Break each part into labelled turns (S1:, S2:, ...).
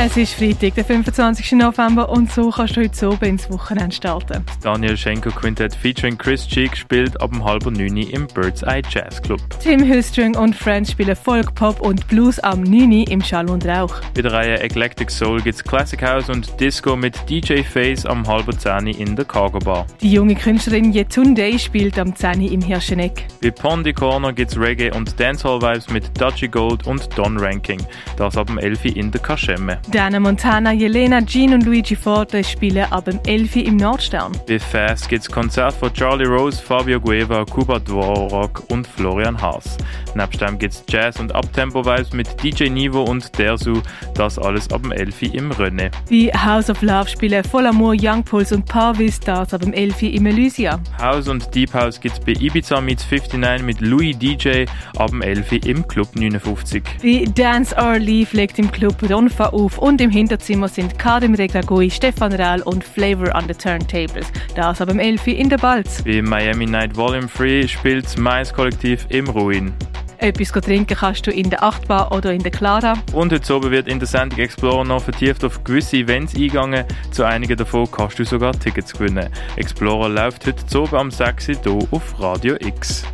S1: Es ist Freitag, der 25. November und so kannst du heute oben ins Wochenende starten.
S2: Das Daniel Schenko Quintett featuring Chris Cheek spielt ab um halb neun im Bird's Eye Jazz Club.
S1: Tim Hülstring und Friends spielen Folk, Pop und Blues am 9. Uhr im Schall und Rauch.
S2: Bei der Reihe Eclectic Soul gibt's Classic House und Disco mit DJ Face am halb zehn in der Cargo Bar.
S1: Die junge Künstlerin Yetunde spielt am 10. Uhr im Hirscheneck.
S2: Bei Pondy Corner gibt's Reggae und Dancehall Vibes mit Dutchy Gold und Don Ranking. Das ab um 11 Uhr in der Kaschemme.
S1: Dana Montana, Jelena, Jean und Luigi Forte spielen ab dem 11. Uhr im Nordstern.
S2: Bei Fast gibt's Konzert von Charlie Rose, Fabio Gueva, Kuba Dvorak und Florian Haas. Nebst dem gibt's Jazz und Uptempo Vibes mit DJ Nivo und Dersu. Das alles ab dem 11 Uhr im René.
S1: Bei House of Love spielen Voll Amour, Young Pulse und Parvis das ab dem 11. Uhr im Elysia.
S2: House und Deep House gibt's bei Ibiza Meets 59 mit Louis DJ ab dem 11 Uhr im Club 59.
S1: Bei Dance or Leave legt im Club Ronfa auf und im Hinterzimmer sind Karim Reglagui, Stefan Rahl und Flavor on the Turntables. Das ab dem 11. Uhr in der Balz.
S2: Bei Miami Night Volume 3 spielt's Mais Kollektiv im Ruin.
S1: Etwas trinken kannst du in der Achtbar oder in der Clara.
S2: Und heute oben wird in der Sendung Explorer noch vertieft auf gewisse Events eingegangen. Zu einigen davon kannst du sogar Tickets gewinnen. Explorer läuft heute oben am 6. Uhr hier auf Radio X.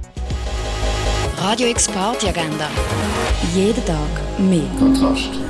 S3: Radio X Party Agenda. Jeden Tag mehr.
S4: Kontrast.